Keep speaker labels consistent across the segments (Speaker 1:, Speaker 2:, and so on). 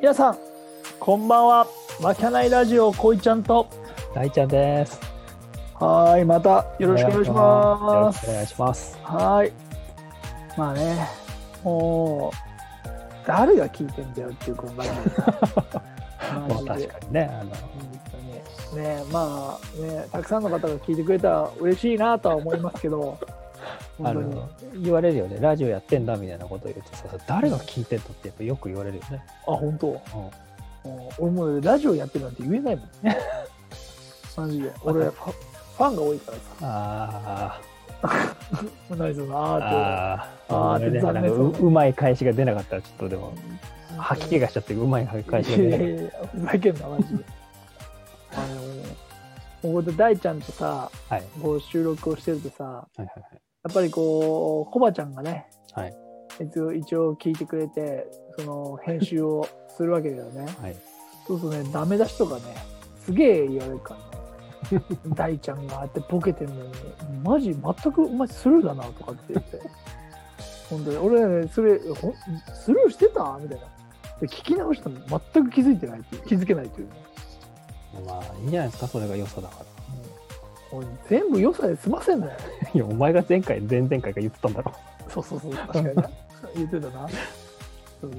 Speaker 1: 皆さんこんばんはまきゃないラジオこいちゃんと
Speaker 2: 大ちゃんです。
Speaker 1: はいまたよろしくお願いしま
Speaker 2: よろしくお願い
Speaker 1: す
Speaker 2: します。
Speaker 1: はいまあねもう誰が聞いてんだよっていうこの番
Speaker 2: ま
Speaker 1: 組
Speaker 2: あ
Speaker 1: マジ
Speaker 2: 確
Speaker 1: で
Speaker 2: かにね、あの、
Speaker 1: 本当にねまあねたくさんの方が聞いてくれたら嬉しいなとは思いますけど
Speaker 2: あ
Speaker 1: 本当に
Speaker 2: の言われるよね、ラジオやってんだみたいなことを言うとさ、誰が聞いてんのってやっぱよく言われるよね。
Speaker 1: あ本当
Speaker 2: うん
Speaker 1: もう俺もうラジオやってるなんて言えないもん マジで俺ファファンが多いからさ
Speaker 2: あ
Speaker 1: ナイスなー
Speaker 2: あ、
Speaker 1: っ
Speaker 2: あ
Speaker 1: ー
Speaker 2: あ、
Speaker 1: あー
Speaker 2: ね、
Speaker 1: 残
Speaker 2: あ
Speaker 1: 念
Speaker 2: のううまい返しが出なかったら、ちょっとでも、
Speaker 1: て
Speaker 2: 吐き気がしちゃって、うまい返しが
Speaker 1: いや
Speaker 2: 出
Speaker 1: いや
Speaker 2: なかっ
Speaker 1: いやふざけんなマジであのもうこうやって大ちゃんとさ
Speaker 2: た。はい、
Speaker 1: こう収録をしてるとさ
Speaker 2: はい、はい
Speaker 1: やっぱりこうコバちゃんがね
Speaker 2: はい、はい
Speaker 1: 一応一応聞いてくれてその編集をするわけだよね
Speaker 2: はい。
Speaker 1: そうするとねダメ出しとかねすげえ言われるからね 大ちゃんがああやってボケてるのにマジ全くお前スルーだなとかって言って本当に俺はねそれほんスルーしてたみたいなで聞き直したの全く気づいてないっていう気づけないという、
Speaker 2: まあ、いいんじゃないですか、それが良さだから。
Speaker 1: うん俺全部良さで済ませんね
Speaker 2: いや、お前が前回、前々回から言ってたんだろ。
Speaker 1: そうそうそう、確かにな。 言ってたな。そう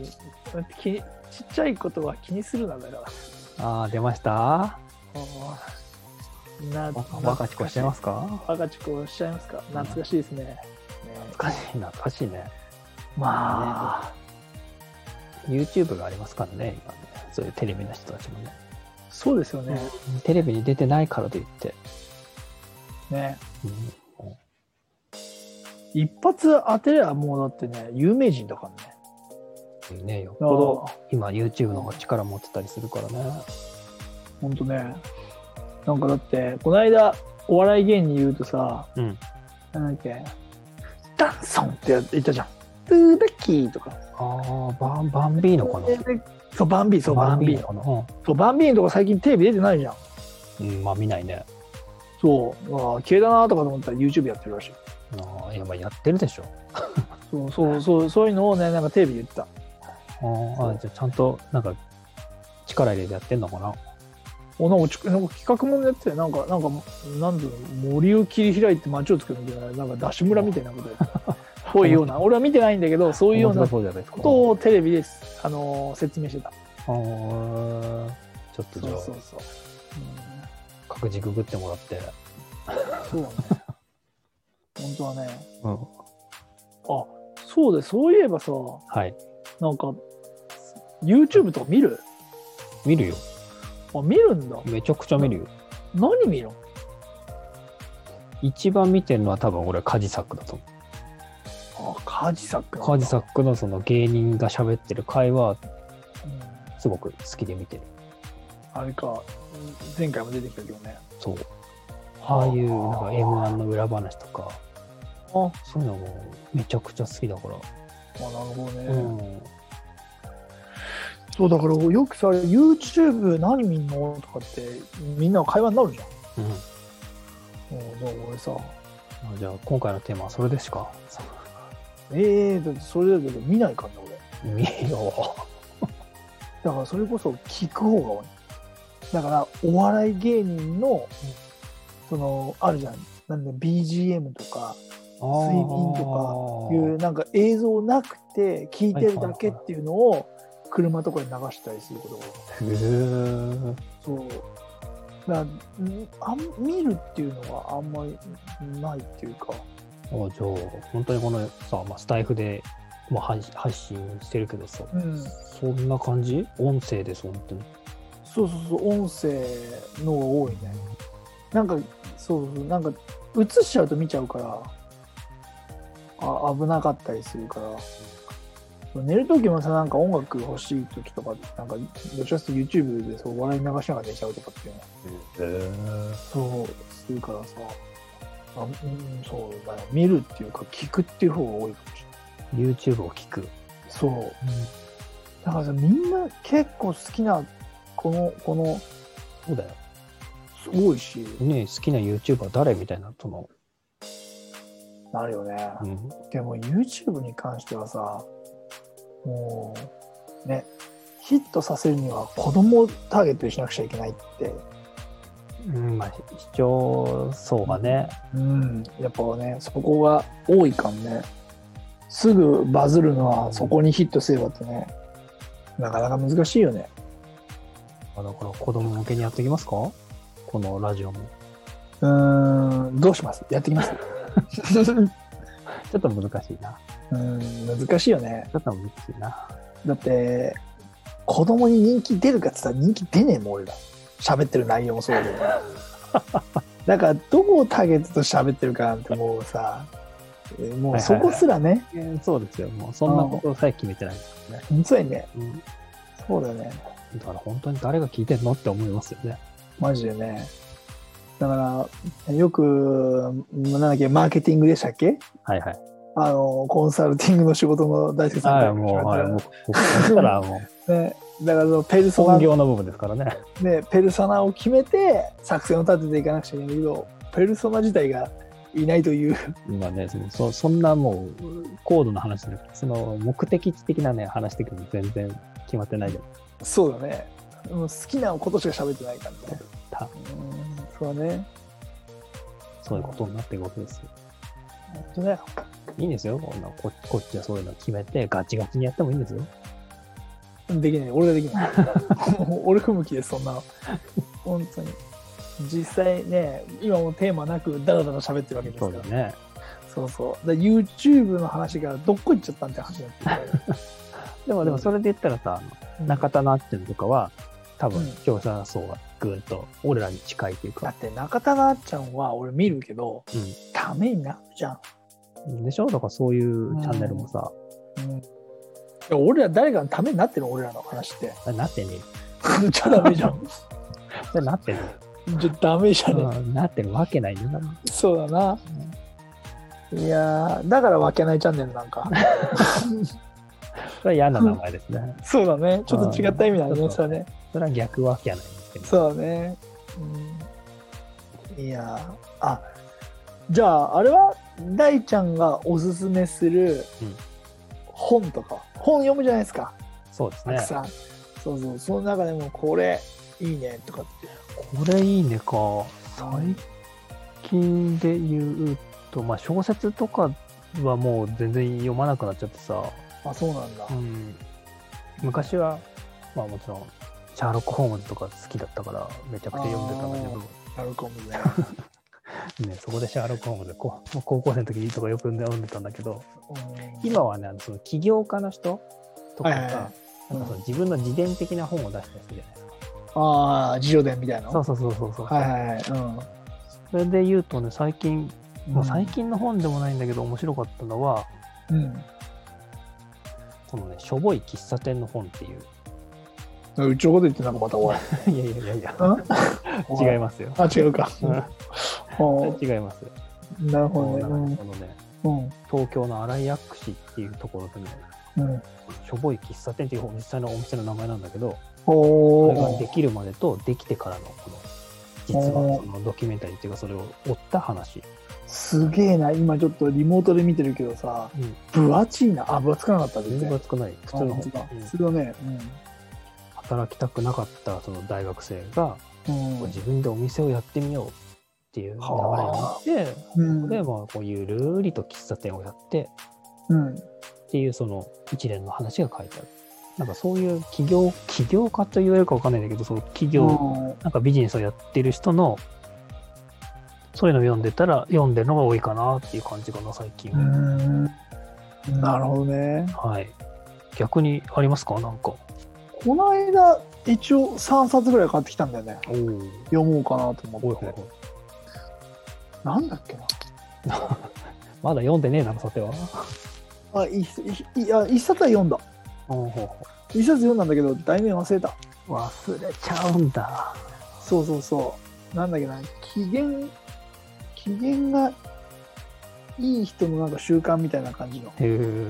Speaker 1: だって気にちっちゃいことは気にするなだから。
Speaker 2: ああ、出ました。
Speaker 1: あーな
Speaker 2: 若ちこしちゃいますか。
Speaker 1: 若ちこしちゃいますか懐かしいですね。ね
Speaker 2: 懐かしい、懐かしいね。
Speaker 1: まあ、
Speaker 2: YouTube がありますからね、今ね。そういうテレビの人たちもね。
Speaker 1: そうですよね。
Speaker 2: テレビに出てないからといって。
Speaker 1: ね
Speaker 2: うん
Speaker 1: 一発当てりゃもうだってね、有名人だからね。
Speaker 2: ねよっぽど
Speaker 1: あ
Speaker 2: 今 YouTube の方が力持ってたりするからね。
Speaker 1: あ、ほんとね。なんかだって、この間、お笑い芸人言うとさ、
Speaker 2: うん。
Speaker 1: なんだっけ、ダンソンってや言ったじゃん。トゥーベッキーとか。
Speaker 2: ああ、バン、バンビーノかな。
Speaker 1: そう、バンビー、そう、バンビー。
Speaker 2: かな。
Speaker 1: そう、バンビーのとこ最近テレビ出てないじゃん。
Speaker 2: うん、うんまあ見ないね。
Speaker 1: そう、ああ消えたなとかと思ったら YouTube やってるらしい。
Speaker 2: ああ、いやまあやってるでしょ。
Speaker 1: そうそうそう、そういうのをね、なんかテレビで言ってた。
Speaker 2: あああ、じゃあちゃんと、なんか、力入れてやってんのかな。
Speaker 1: おなんかちなんか企画もやってたよなんか、なんか、なんていうの、森を切り開いて街を作るみたいな、なんか、ダッシュ村みたいなことや ってた。こういうような、俺は見てないんだけど、そういうよう
Speaker 2: 面白
Speaker 1: なこ
Speaker 2: そうじゃないですか。
Speaker 1: とをテレビで、あのー説明してた。
Speaker 2: ああ、ちょっと
Speaker 1: そ
Speaker 2: じ
Speaker 1: う
Speaker 2: ゃ
Speaker 1: そう
Speaker 2: あ、
Speaker 1: そう。
Speaker 2: 各自ググってもらって。
Speaker 1: うん、そうね。本当はね。
Speaker 2: うん。
Speaker 1: あ、そうで、そういえばさ、
Speaker 2: はい。
Speaker 1: なんか、YouTube とか見る
Speaker 2: 見るよ。
Speaker 1: あ、見るんだ。
Speaker 2: めちゃくちゃ見るよ。
Speaker 1: 何見るの
Speaker 2: 一番見てるのは多分俺はカジサックだと思
Speaker 1: あカジサック
Speaker 2: う。カジサ
Speaker 1: ッ
Speaker 2: ックのその芸人が喋ってる会話
Speaker 1: ク、うん
Speaker 2: すごく好きで見てる。
Speaker 1: あれかうん前回も出てきたけどね
Speaker 2: そう。ああいうなんか
Speaker 1: あ
Speaker 2: M1 の裏話とか、
Speaker 1: ああ
Speaker 2: そういうのもめちゃくちゃ好きだから。
Speaker 1: なるほどね、
Speaker 2: うん。
Speaker 1: そうだからよくさ YouTube 何見んのとかってみんな会話になるじゃん
Speaker 2: う
Speaker 1: う
Speaker 2: ん。
Speaker 1: んだから俺さ
Speaker 2: あじゃあ今回のテーマはそれですかそう
Speaker 1: ええだってそれだけど見ないからね俺
Speaker 2: 見よ
Speaker 1: だからそれこそ聞く方が多いだからお笑い芸人のそのあるじゃんなんで BGM とか
Speaker 2: う。あー
Speaker 1: 睡眠いうなんか映像なくて聞いてるだけっていうのを車とかに流したりすることが多い
Speaker 2: へー
Speaker 1: そう。だからんあん見るっていうのはあんまりないっていうか、
Speaker 2: あじゃあ本当にこのさ、まあ、スタイフで、まあ、配信配信してるけどさ、
Speaker 1: うん、
Speaker 2: そんな感じ音声です本当に。
Speaker 1: そうそうそう音声のが多いねなんかそうそうなんか映しちゃうと見ちゃうからあ危なかったりするから寝る時もさなんか音楽欲しい時とかなんかどちらかというと YouTube でそう笑い流しながら寝ちゃうとかっていうのそうするからさあ、うん、そうだね見るっていうか聞くっていう方が多いかもしれない
Speaker 2: YouTube を聞く。
Speaker 1: そうだからさみんな結構好きなこのこの
Speaker 2: そうだよ。
Speaker 1: 多いし
Speaker 2: ね好きな YouTuber 誰みたいな、その、
Speaker 1: なるよね、
Speaker 2: うん、
Speaker 1: でも YouTube に関してはさもうねヒットさせるには子供をターゲットにしなくちゃいけないって、
Speaker 2: うん、まあ、視聴層がね、
Speaker 1: うん、やっぱね、そこが多いかんね。すぐバズるのはそこにヒットすればってね、なかなか難しいよね。
Speaker 2: あだから子供向けにやっていきますかこのラジオも。
Speaker 1: うーん、どうしますやって きます
Speaker 2: ちょっと難しいな。
Speaker 1: うん、難しいよね。
Speaker 2: ちょっと難しいな。
Speaker 1: だって、子供に人気出るかって言ったら人気出ねえもん、俺ら。喋ってる内容もそうだ けど。だから、どこをターゲットと喋ってるかなんてもうさ、もうそこすらね、
Speaker 2: えーそうですよ。もうそんなことさえ決めてないですからね。
Speaker 1: 本当だよね。
Speaker 2: うん、だ
Speaker 1: そうだよね。
Speaker 2: から本当に誰が聞いてんのって思いますよね。
Speaker 1: マジでね。だから、よく、なんだっけ、マーケティングでしたっけ
Speaker 2: はいはい。
Speaker 1: あの、コンサルティングの仕事の大輔さん
Speaker 2: は
Speaker 1: か
Speaker 2: い、
Speaker 1: ら
Speaker 2: もう、はい、もう、
Speaker 1: ね
Speaker 2: ここからはも う、
Speaker 1: だからそのペルソナ
Speaker 2: 本、業の部分ですからね。
Speaker 1: ね、ペルソナを決めて作戦を立てていかなくちゃいけないけど、ペルソナ自体がいないという、
Speaker 2: 今ね、そのそそんなもう、高度な話じゃなくて、その目的地的なね、話的にも全然決まってないじゃない
Speaker 1: そうだね。もう好きなことしか喋ってないからね。
Speaker 2: た
Speaker 1: うん、そうね。
Speaker 2: そういうことになっていくわけですよ。
Speaker 1: 本当だよ。
Speaker 2: いいんですよ。こんなここっちはそういうの決めて、ガチガチにやってもいいんですよ。
Speaker 1: できない。俺ができない。 もう俺不向きです、そんなの。本当に。実際ね、今もうテーマなくダラダラ喋ってるわけですか
Speaker 2: そう
Speaker 1: ら
Speaker 2: だ。ね。
Speaker 1: そうそう。で YouTube の話がどっこ行っちゃったんって話になってる。
Speaker 2: でも、でもそれで言ったらさ、あの中田のあっちゃんとかは、多分
Speaker 1: うん、
Speaker 2: 視聴者層がぐーっと、俺らに近いという
Speaker 1: だ
Speaker 2: か
Speaker 1: っ、て中田なっちゃんは俺見るけど、
Speaker 2: うん
Speaker 1: ためになるじゃん。
Speaker 2: でしょだからそういうチャンネルもさ、
Speaker 1: うん、いや俺ら誰かのためになってるの俺らの話って。
Speaker 2: なってねえよ
Speaker 1: じゃダメじゃん。
Speaker 2: それなってね
Speaker 1: じゃダメじゃ
Speaker 2: え
Speaker 1: ね、
Speaker 2: よ、うん なってるわけないんだよな。
Speaker 1: そうだな。いやーだからわけないチャンネルなんか。
Speaker 2: それは嫌な名前ですね。
Speaker 1: そうだね。ちょっと違った意味だ
Speaker 2: う
Speaker 1: ね。
Speaker 2: ん
Speaker 1: それはね。
Speaker 2: それは逆わけやないんですけど。
Speaker 1: そうだね。うん、いやーあじゃああれは大ちゃんがおすすめする
Speaker 2: うん
Speaker 1: 本とか、本読むじゃないですか
Speaker 2: そうです
Speaker 1: た
Speaker 2: ね
Speaker 1: く。さん、そうそうその中でもこれいいねとかって
Speaker 2: これいいねか。最近で言うと、まあ小説とかはもう全然読まなくなっちゃってさ、
Speaker 1: あそうなんだ、
Speaker 2: うん、昔は、まあもちろん、シャーロック・ホームズとか好きだったから、めちゃくちゃ読んでたんだけど、
Speaker 1: なるかもね
Speaker 2: ね、そこでシャーロック・ホームズこう高校生の時とかよく読んでたんだけど
Speaker 1: うん
Speaker 2: 今はねあのその起業家の人とかが、
Speaker 1: はいはいはい
Speaker 2: なんかその自分の自伝的な本を出したりするじゃないですか、
Speaker 1: ああ自助伝みたいな
Speaker 2: そうそうそうそうそう、
Speaker 1: はいはいはい
Speaker 2: それで言うとね最近
Speaker 1: うん
Speaker 2: もう最近の本でもないんだけど面白かったのは
Speaker 1: うん、
Speaker 2: このねしょぼい喫茶店の本っていう
Speaker 1: うん、うちのこと言ってなんかまたおい
Speaker 2: いやいやいやいや
Speaker 1: 違
Speaker 2: 違いますよ
Speaker 1: あ違うか、
Speaker 2: うん
Speaker 1: ほ
Speaker 2: 違いますよ
Speaker 1: うなるほ
Speaker 2: こ
Speaker 1: ど
Speaker 2: のなん
Speaker 1: ね
Speaker 2: かそのね
Speaker 1: うん
Speaker 2: 東京の新井薬師っていうところでね
Speaker 1: うん、うん、
Speaker 2: しょぼい喫茶店っていう実際のお店の名前なんだけど、
Speaker 1: お
Speaker 2: こ
Speaker 1: お
Speaker 2: れができるまでとできてからのこの実はそのドキュメンタリーっていうかそれを追った話、
Speaker 1: すげえな今ちょっとリモートで見てるけどさ分厚いなあ分厚くなかった
Speaker 2: 全
Speaker 1: 全
Speaker 2: 然
Speaker 1: 然
Speaker 2: 熱くない普通
Speaker 1: あ
Speaker 2: の
Speaker 1: 本
Speaker 2: 本
Speaker 1: 当だ
Speaker 2: うん
Speaker 1: 普通のね
Speaker 2: 働きたくなかったその大学生が
Speaker 1: うん、うん
Speaker 2: 自分でお店をやってみようっていう流れになって
Speaker 1: うん
Speaker 2: でまあこうゆるりと喫茶店をやって
Speaker 1: うん、
Speaker 2: っていうその一連の話が書いてあるなんかそういう起業起業家と言えるかわかんないんだけどその起業、
Speaker 1: うん
Speaker 2: なんかビジネスをやってる人のそういうのを読んでたら読んでるのが多いかなっていう感じかな最近は、
Speaker 1: うんなるほどね
Speaker 2: はい逆にありますかなんか
Speaker 1: この間一応3冊ぐらい買ってきたんだよね
Speaker 2: おお
Speaker 1: 読もうかなと思
Speaker 2: お
Speaker 1: っ
Speaker 2: いほい
Speaker 1: て
Speaker 2: ほい
Speaker 1: なんだっけな
Speaker 2: まだ読んでねえなさては
Speaker 1: あいいいいあ一冊は読んだ
Speaker 2: おお
Speaker 1: 一冊読んだんだけど題名忘れた
Speaker 2: 忘れちゃうんだ
Speaker 1: そうそうそうなんだっけな機嫌機嫌がいい人のなんか習慣みたいな感じの
Speaker 2: へえ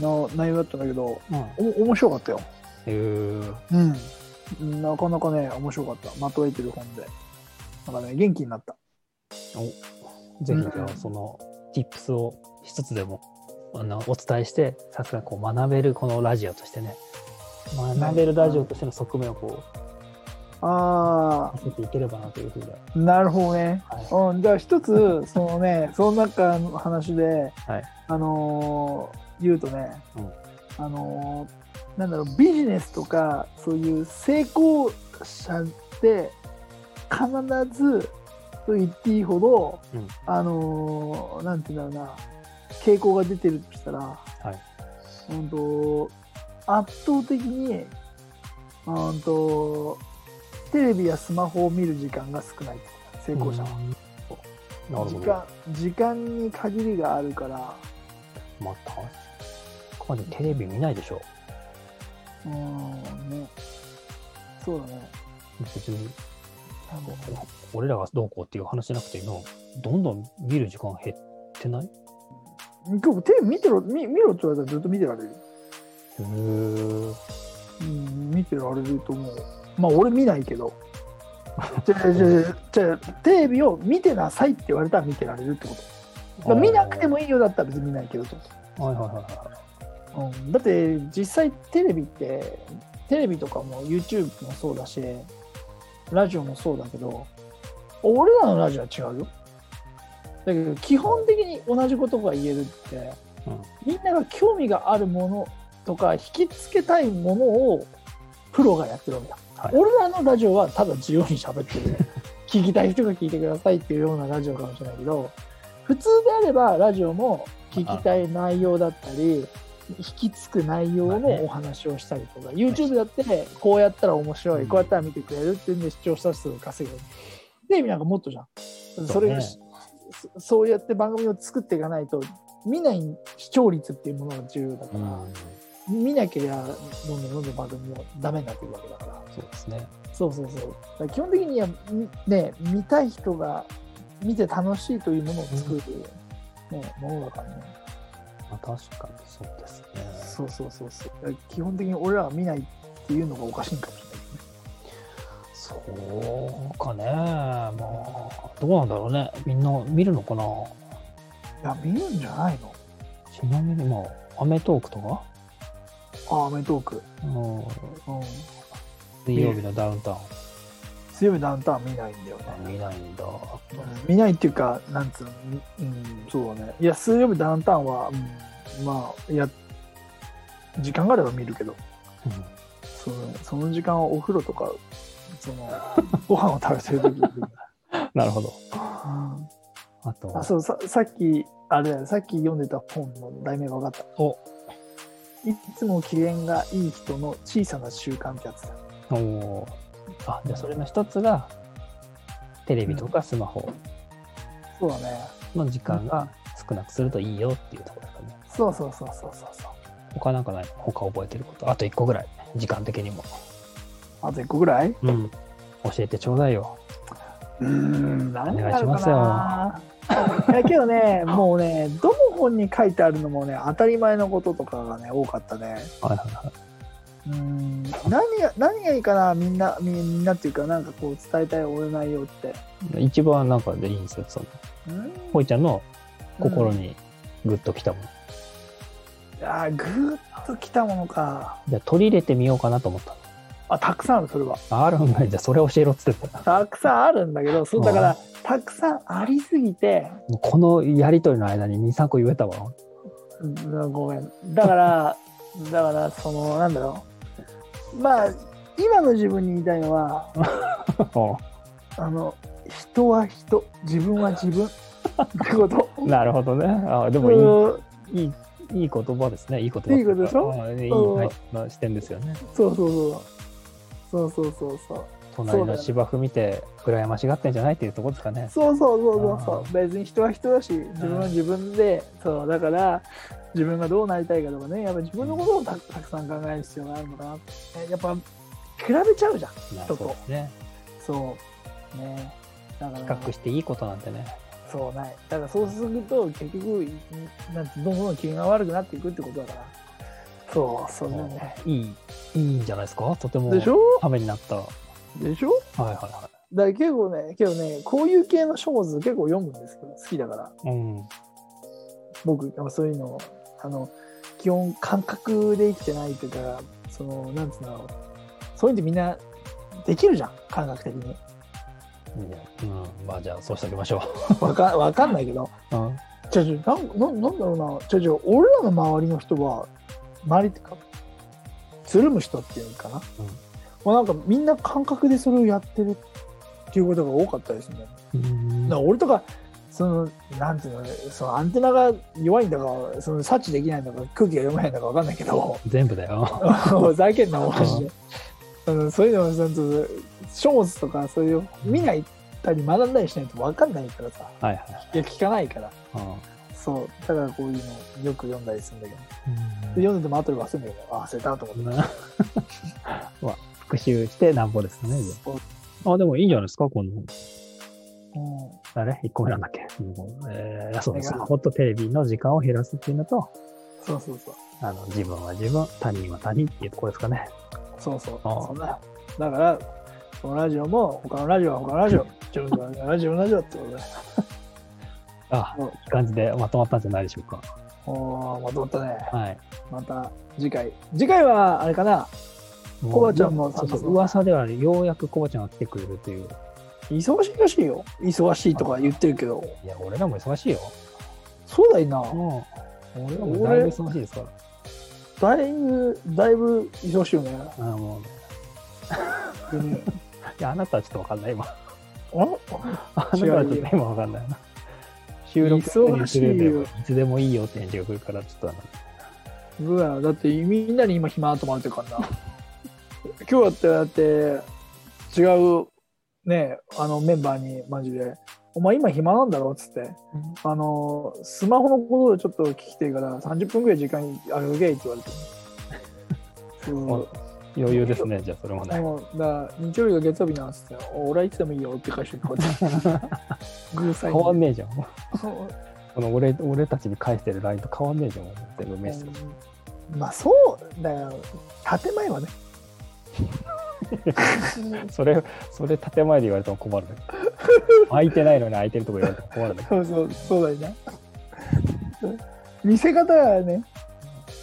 Speaker 1: の内容だったんだけど
Speaker 2: うん
Speaker 1: お面白かったよ
Speaker 2: へえ
Speaker 1: うんなかなかね面白かったまとえてる本でなんかね元気になった
Speaker 2: ぜひじ
Speaker 1: う
Speaker 2: ゃ
Speaker 1: ん
Speaker 2: あその tips を一つでもあのお伝えしてさすがこう学べるこのラジオとしてねまあ、ナベルラジオとしての側面をこう、
Speaker 1: あ
Speaker 2: 見せていければなというふうには。
Speaker 1: あ、なるほどね。
Speaker 2: はい。
Speaker 1: うん、じゃあ一 つ、そのね、その中の話で、
Speaker 2: はい
Speaker 1: あのー言うとね、
Speaker 2: うん
Speaker 1: あのーなんだろう、ビジネスとか、そういう成功者って、必ず、と言っていいほど、
Speaker 2: うん
Speaker 1: あのーなんて言うんだろうな、傾向が出てるとしたら、うんと、圧倒的に、うんと、テレビやスマホを見る時間が少ないってことだ成功者は。
Speaker 2: なるほ
Speaker 1: 時
Speaker 2: ど。
Speaker 1: 間時間に限りがあるから
Speaker 2: まあ、確かにテレビ見ないでしょ。
Speaker 1: うーんねそうだね
Speaker 2: 別に、
Speaker 1: なんか
Speaker 2: 俺らがどうこうっていう話じゃなくて、今、どんどん見る時間減ってない
Speaker 1: 今日テレビ見てろ見見ろって言われたらずっと見てられる
Speaker 2: へー
Speaker 1: うん見てられると思うまあ俺見ないけどじゃあじゃあじゃあテレビを見てなさいって言われたら見てられるってことまあ見なくてもいいよだったら別に見ないけどってこ
Speaker 2: はいはいはいは
Speaker 1: と、うん、だって実際テレビってテレビとかも YouTube もそうだしラジオもそうだけど俺らのラジオは違うよだけど基本的に同じことが言えるって、
Speaker 2: うん
Speaker 1: みんなが興味があるものとか引きつけたいものをプロがやってるわけだ、
Speaker 2: はい
Speaker 1: 俺らのラジオはただ自由に喋って る聞きたい人が聞いてくださいっていうようなラジオかもしれないけど普通であればラジオも聞きたい内容だったり引きつく内容
Speaker 2: まあね
Speaker 1: のお話をしたりとか、YouTube だってこうやったら面白い、
Speaker 2: うん
Speaker 1: こうやったら見てくれるっていうんで視聴者数を稼ぐテレビなんかもっとじゃんそ,、
Speaker 2: ね
Speaker 1: れがしそそうやって番組を作っていかないと見ない視聴率っていうものが重要だか
Speaker 2: い。う
Speaker 1: ら、
Speaker 2: ん。
Speaker 1: 見なきゃどんどんどんどん番組もダメになってくるわけだから
Speaker 2: そうですね。
Speaker 1: そうそうそうだから基本的にはみね見たい人が見て楽しいというものを作る、ね、ものだからね
Speaker 2: まあ、確かにそうですね。
Speaker 1: そうそうそうそうだから基本的に俺らは見ないっていうのがおかしいんかもしれないけどね
Speaker 2: そうかね。まあ、どうなんだろうね。みんな見るのかな。
Speaker 1: いや見るんじゃないの
Speaker 2: ちなみに、まあ、アメトークとか、
Speaker 1: あアメトーク、
Speaker 2: うん、
Speaker 1: うん、
Speaker 2: 水曜日のダウンタウン
Speaker 1: 強いダウンタウン見ないんだよね
Speaker 2: あ見ないんだ。
Speaker 1: 見ないっていうか、なんつうの、うん、そうだね。いや、水曜日ダウンタウンは、うん、まあ、いや、時間があれば見るけど、
Speaker 2: うん
Speaker 1: そのその時間はお風呂とか、その、ご飯を食べてる時に見る、
Speaker 2: なるほど。
Speaker 1: あ
Speaker 2: あと、
Speaker 1: そうさ、さっき、あれだよ、さっき読んでた本の題名が分かった。
Speaker 2: お
Speaker 1: いつも機嫌がいい人の小さな習慣ってやつだ。
Speaker 2: おーあ、じゃあそれの一つが、テレビとかスマホ
Speaker 1: そうだね。
Speaker 2: の時間が少なくするといいよっていうところだからね。
Speaker 1: そうそうそうそうそうそう。
Speaker 2: 他なんかない他覚えてること。あと一個ぐらい。時間的にも。
Speaker 1: あと1個ぐらい
Speaker 2: うん。教えてちょうだいよ。
Speaker 1: うーん、何がある
Speaker 2: お願いしま
Speaker 1: かな。いやけどね、もうね、どの本に書いてあるのもね、当たり前のこととかがね、多かったね。
Speaker 2: はいはいは
Speaker 1: うーん、何が、何がいいかな、みんな、みんなっていうか、なんかこう伝えたい俺の内容って。
Speaker 2: い。一番なんかでいいんですよ。その、
Speaker 1: うーん
Speaker 2: ほいちゃんの心。にグッときたもの。
Speaker 1: うんあー、ぐーっときたものか。
Speaker 2: じゃあ取り入れてみようかなと思った
Speaker 1: あ、たくさんある、それは。
Speaker 2: の。あるんだ。じゃあそれ教えろっつってた。
Speaker 1: たくさんあるんだけど、そうだか
Speaker 2: あ
Speaker 1: ら、たくさんありすぎて、
Speaker 2: もうこのやりとりの間に2、3個言えた わ。
Speaker 1: うんごめん。だから、 だから、その、なんだろう。まあ、今の自分に言いたいのは、あの人は人自分は自分ってこと
Speaker 2: なるほどね。あで
Speaker 1: で
Speaker 2: もいいいい、いい言葉ですね。いい言葉ってうか。
Speaker 1: いいことでしょ
Speaker 2: うんいい
Speaker 1: うん
Speaker 2: はいまあ視点ですよね。
Speaker 1: そうそうそうそうそうそうそう
Speaker 2: 隣の芝生見て、羨ましがってんじゃないっていうところですかね。
Speaker 1: そうそうそうそう
Speaker 2: あ
Speaker 1: そう別に人は人だし自分は自分でそうだから自分がどうなりたいかとかねやっぱ自分のことをたたくさん考える必要があるのかなえやっぱ比べちゃうじゃん
Speaker 2: まあそ
Speaker 1: そうう
Speaker 2: ですね。
Speaker 1: そうねだから
Speaker 2: 比較していいことなんてね。
Speaker 1: そうないだからそうすると結局なんてどんどん機嫌が悪くなっていくってことだからそうそうだよね
Speaker 2: いい、いいんじゃないですかとても。
Speaker 1: でしょ
Speaker 2: ためになった。はい
Speaker 1: でしょ
Speaker 2: はいは
Speaker 1: だから結構ね、けどね、こういう系の書物結構読むんですけど、好きだから、
Speaker 2: い。うん。
Speaker 1: 僕、そういうのを、あの、基本感覚で生きてないというか、そそのなんつうんだろうそういうのってみんなできるじゃん感覚的に
Speaker 2: いやうん、まあじゃあそうしておきましょ
Speaker 1: わかわかんないけど
Speaker 2: う。うん。
Speaker 1: ちょちょなんなんなんだろうなちょちょ俺らの周りの人は周りってかつるむ人っていうのかな、
Speaker 2: うん
Speaker 1: もうなんかみんな感覚でそれをやってるっていうことが多かったですね
Speaker 2: うん
Speaker 1: だから俺とかそのなんていうのそのアンテナが弱いんだかその察知できないんだか空気が読めないんだかわかんないけど
Speaker 2: 全部だ よ。
Speaker 1: ふざけんなおマジであのそういうのはちゃんとショーツとかそういう見ないたり学んだりしないとわかんないからさ
Speaker 2: はいはい
Speaker 1: や聞かないから
Speaker 2: い。
Speaker 1: そうだからこういうのよく読んだりするんだけど
Speaker 2: うん
Speaker 1: で読んでても後で忘れるんだけどあ忘れたと思って
Speaker 2: な まあ、復習してなんぼですかね。じゃ
Speaker 1: そう
Speaker 2: ああ、でもいいんじゃないですか、この、
Speaker 1: うん
Speaker 2: あれ ?1 個目なんだっけ。うんえー、そうです。
Speaker 1: あれが
Speaker 2: ホットテレビの時間を減らすっていうのと、
Speaker 1: そうそうそう
Speaker 2: あの自分は自分、他人は他人っていうところですかね。
Speaker 1: そうそう
Speaker 2: ああ
Speaker 1: そんなだからこのラジオも他のラジオは他のラジオ自分のラジオは自分のラジオってことだよ
Speaker 2: あ
Speaker 1: うん
Speaker 2: いい感じでまとまったんじゃないでしょうか。
Speaker 1: おーまとまったね
Speaker 2: はい。
Speaker 1: また次回次回はあれかな
Speaker 2: もう
Speaker 1: コバちゃんも
Speaker 2: そうそ
Speaker 1: そう
Speaker 2: う
Speaker 1: そう
Speaker 2: 噂ではようやくコバちゃんが来てくれるという。
Speaker 1: 忙しいらしいよ忙しいとか言ってるけど
Speaker 2: いや、俺らも忙しいよ。
Speaker 1: そうだいな
Speaker 2: もう、俺らもだいぶ忙しいですから。
Speaker 1: だいぶだいぶ忙しいよね
Speaker 2: あのもう
Speaker 1: で ね
Speaker 2: いや、あなたはちょっとわかんない、今。
Speaker 1: あ
Speaker 2: あなたはちょっと今わかんないな。収録
Speaker 1: 忙しいよ
Speaker 2: するでもいつでもいいよって返事が来るから、ちょっとあの、
Speaker 1: うわだってみんなに今暇と思われてるからな今日だってだって違うねあのメンバーにマジで「お前今暇なんだろ?」っつって「あのスマホのことをちょっと聞きてえから30分ぐらい時間あげげ」って言われてそう
Speaker 2: 余裕ですね、じゃあそれも
Speaker 1: で
Speaker 2: ね。
Speaker 1: もだから日曜日が月曜日なんですってお俺はいつでもいいよって返してこうやって 偶
Speaker 2: 変
Speaker 1: 然
Speaker 2: わんねえじゃん。この俺俺たちに返してる LINE と変わんねえじゃん、全部メッセージ。
Speaker 1: まあそうだよ建前 はね
Speaker 2: それ、それ建前で言われても困るね。空いてないのに空いてるとこ言われても困るね。
Speaker 1: そうそうそうだよね見せ方がね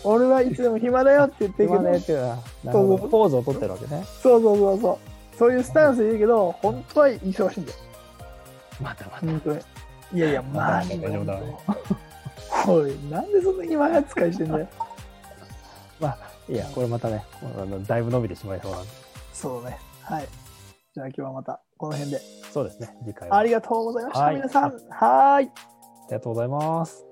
Speaker 1: 俺はいつでも暇だよって言ってるけ
Speaker 2: 今
Speaker 1: ど
Speaker 2: ねっていうのはなるほどポーズを取ってるわけね。
Speaker 1: そうそうそうそうそういうスタンスで言うけど本当は忙しいんだよ
Speaker 2: またまた。
Speaker 1: 本当にいやいやマジで
Speaker 2: まあまあまあま
Speaker 1: おいなんでそんな暇扱いしてんだよ
Speaker 2: いや、これまたね、あのだいぶ伸びてしまいそうなんで。
Speaker 1: そうねはいじゃあ今日はまたこの辺で
Speaker 2: そうですね、次回は。
Speaker 1: あ
Speaker 2: あ
Speaker 1: りがとうございました、
Speaker 2: はい
Speaker 1: 皆さん。はーい。
Speaker 2: りがとうございます。